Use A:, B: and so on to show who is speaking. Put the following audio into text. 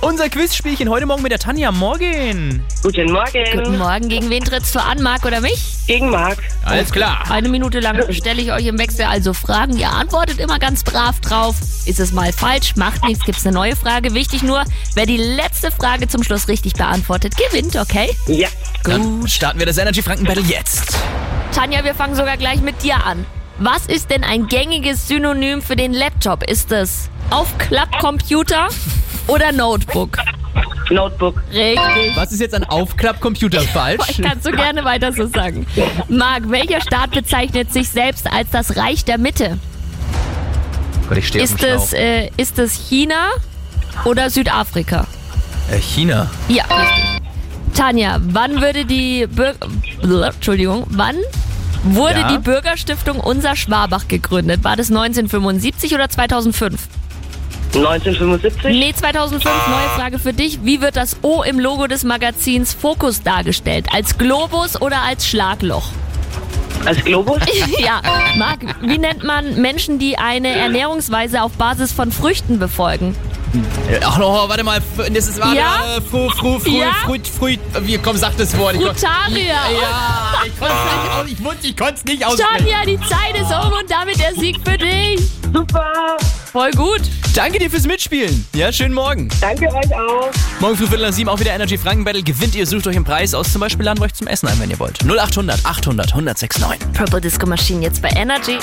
A: Unser Quizspielchen heute Morgen mit der Tanja. Morgen.
B: Guten Morgen.
C: Guten Morgen. Gegen wen trittst du an, Marc oder mich?
B: Gegen Marc.
A: Alles klar.
C: Eine Minute lang stelle ich euch im Wechsel also Fragen. Ihr antwortet immer ganz brav drauf. Ist es mal falsch, macht nichts, gibt's eine neue Frage. Wichtig nur, wer die letzte Frage zum Schluss richtig beantwortet, gewinnt, okay?
B: Ja.
A: Dann starten wir das Energy Franken Battle jetzt.
C: Tanja, wir fangen sogar gleich mit dir an. Was ist denn ein gängiges Synonym für den Laptop? Ist es Aufklappcomputer oder Notebook?
B: Notebook.
C: Richtig.
A: Was ist jetzt an Aufklappcomputer falsch?
C: Kannst du gerne weiter so sagen. Marc, welcher Staat bezeichnet sich selbst als das Reich der Mitte?
A: Gott, ich stehe auf
C: Ist
A: dem
C: es,
A: Schlauch.
C: äh, ist es China oder Südafrika?
A: Äh, China.
C: Ja, richtig. Tanja, wann würde die Bür Blö, Entschuldigung, wann wurde
A: Ja?
C: die Bürgerstiftung Unser Schwabach gegründet? War das 1975 oder 2005?
B: 1975.
C: Nee, 2005. Neue Frage für dich. Wie wird das O im Logo des Magazins Fokus dargestellt? Als Globus oder als Schlagloch?
B: Als Globus.
C: ja, Marc, wie nennt man Menschen, die eine Ernährungsweise auf Basis von Früchten befolgen?
A: Äh, Ach, oh, warte mal. f- Das ist, warte,
C: Ja?
A: äh, fru, fru, fru,
C: Ja?
A: fru, fru, äh, wie, komm, sag das Wort. Ich kon-
C: Frutaria.
A: Ja, ich konnte es nicht, aus- ich, ich konnte es nicht aussprechen.
C: Tanja, die Zeit ist um und damit der Sieg für dich.
B: Super.
C: Voll gut.
A: Danke dir fürs Mitspielen. Ja, schönen Morgen.
B: Danke euch auch.
A: Morgen früh Viertel nach sieben auch wieder Energy Franken Battle. Gewinnt ihr, sucht euch einen Preis aus. Zum Beispiel laden wir euch zum Essen ein, wenn ihr wollt. 0800 800 1069.
C: Purple Disco Machine jetzt bei Energy.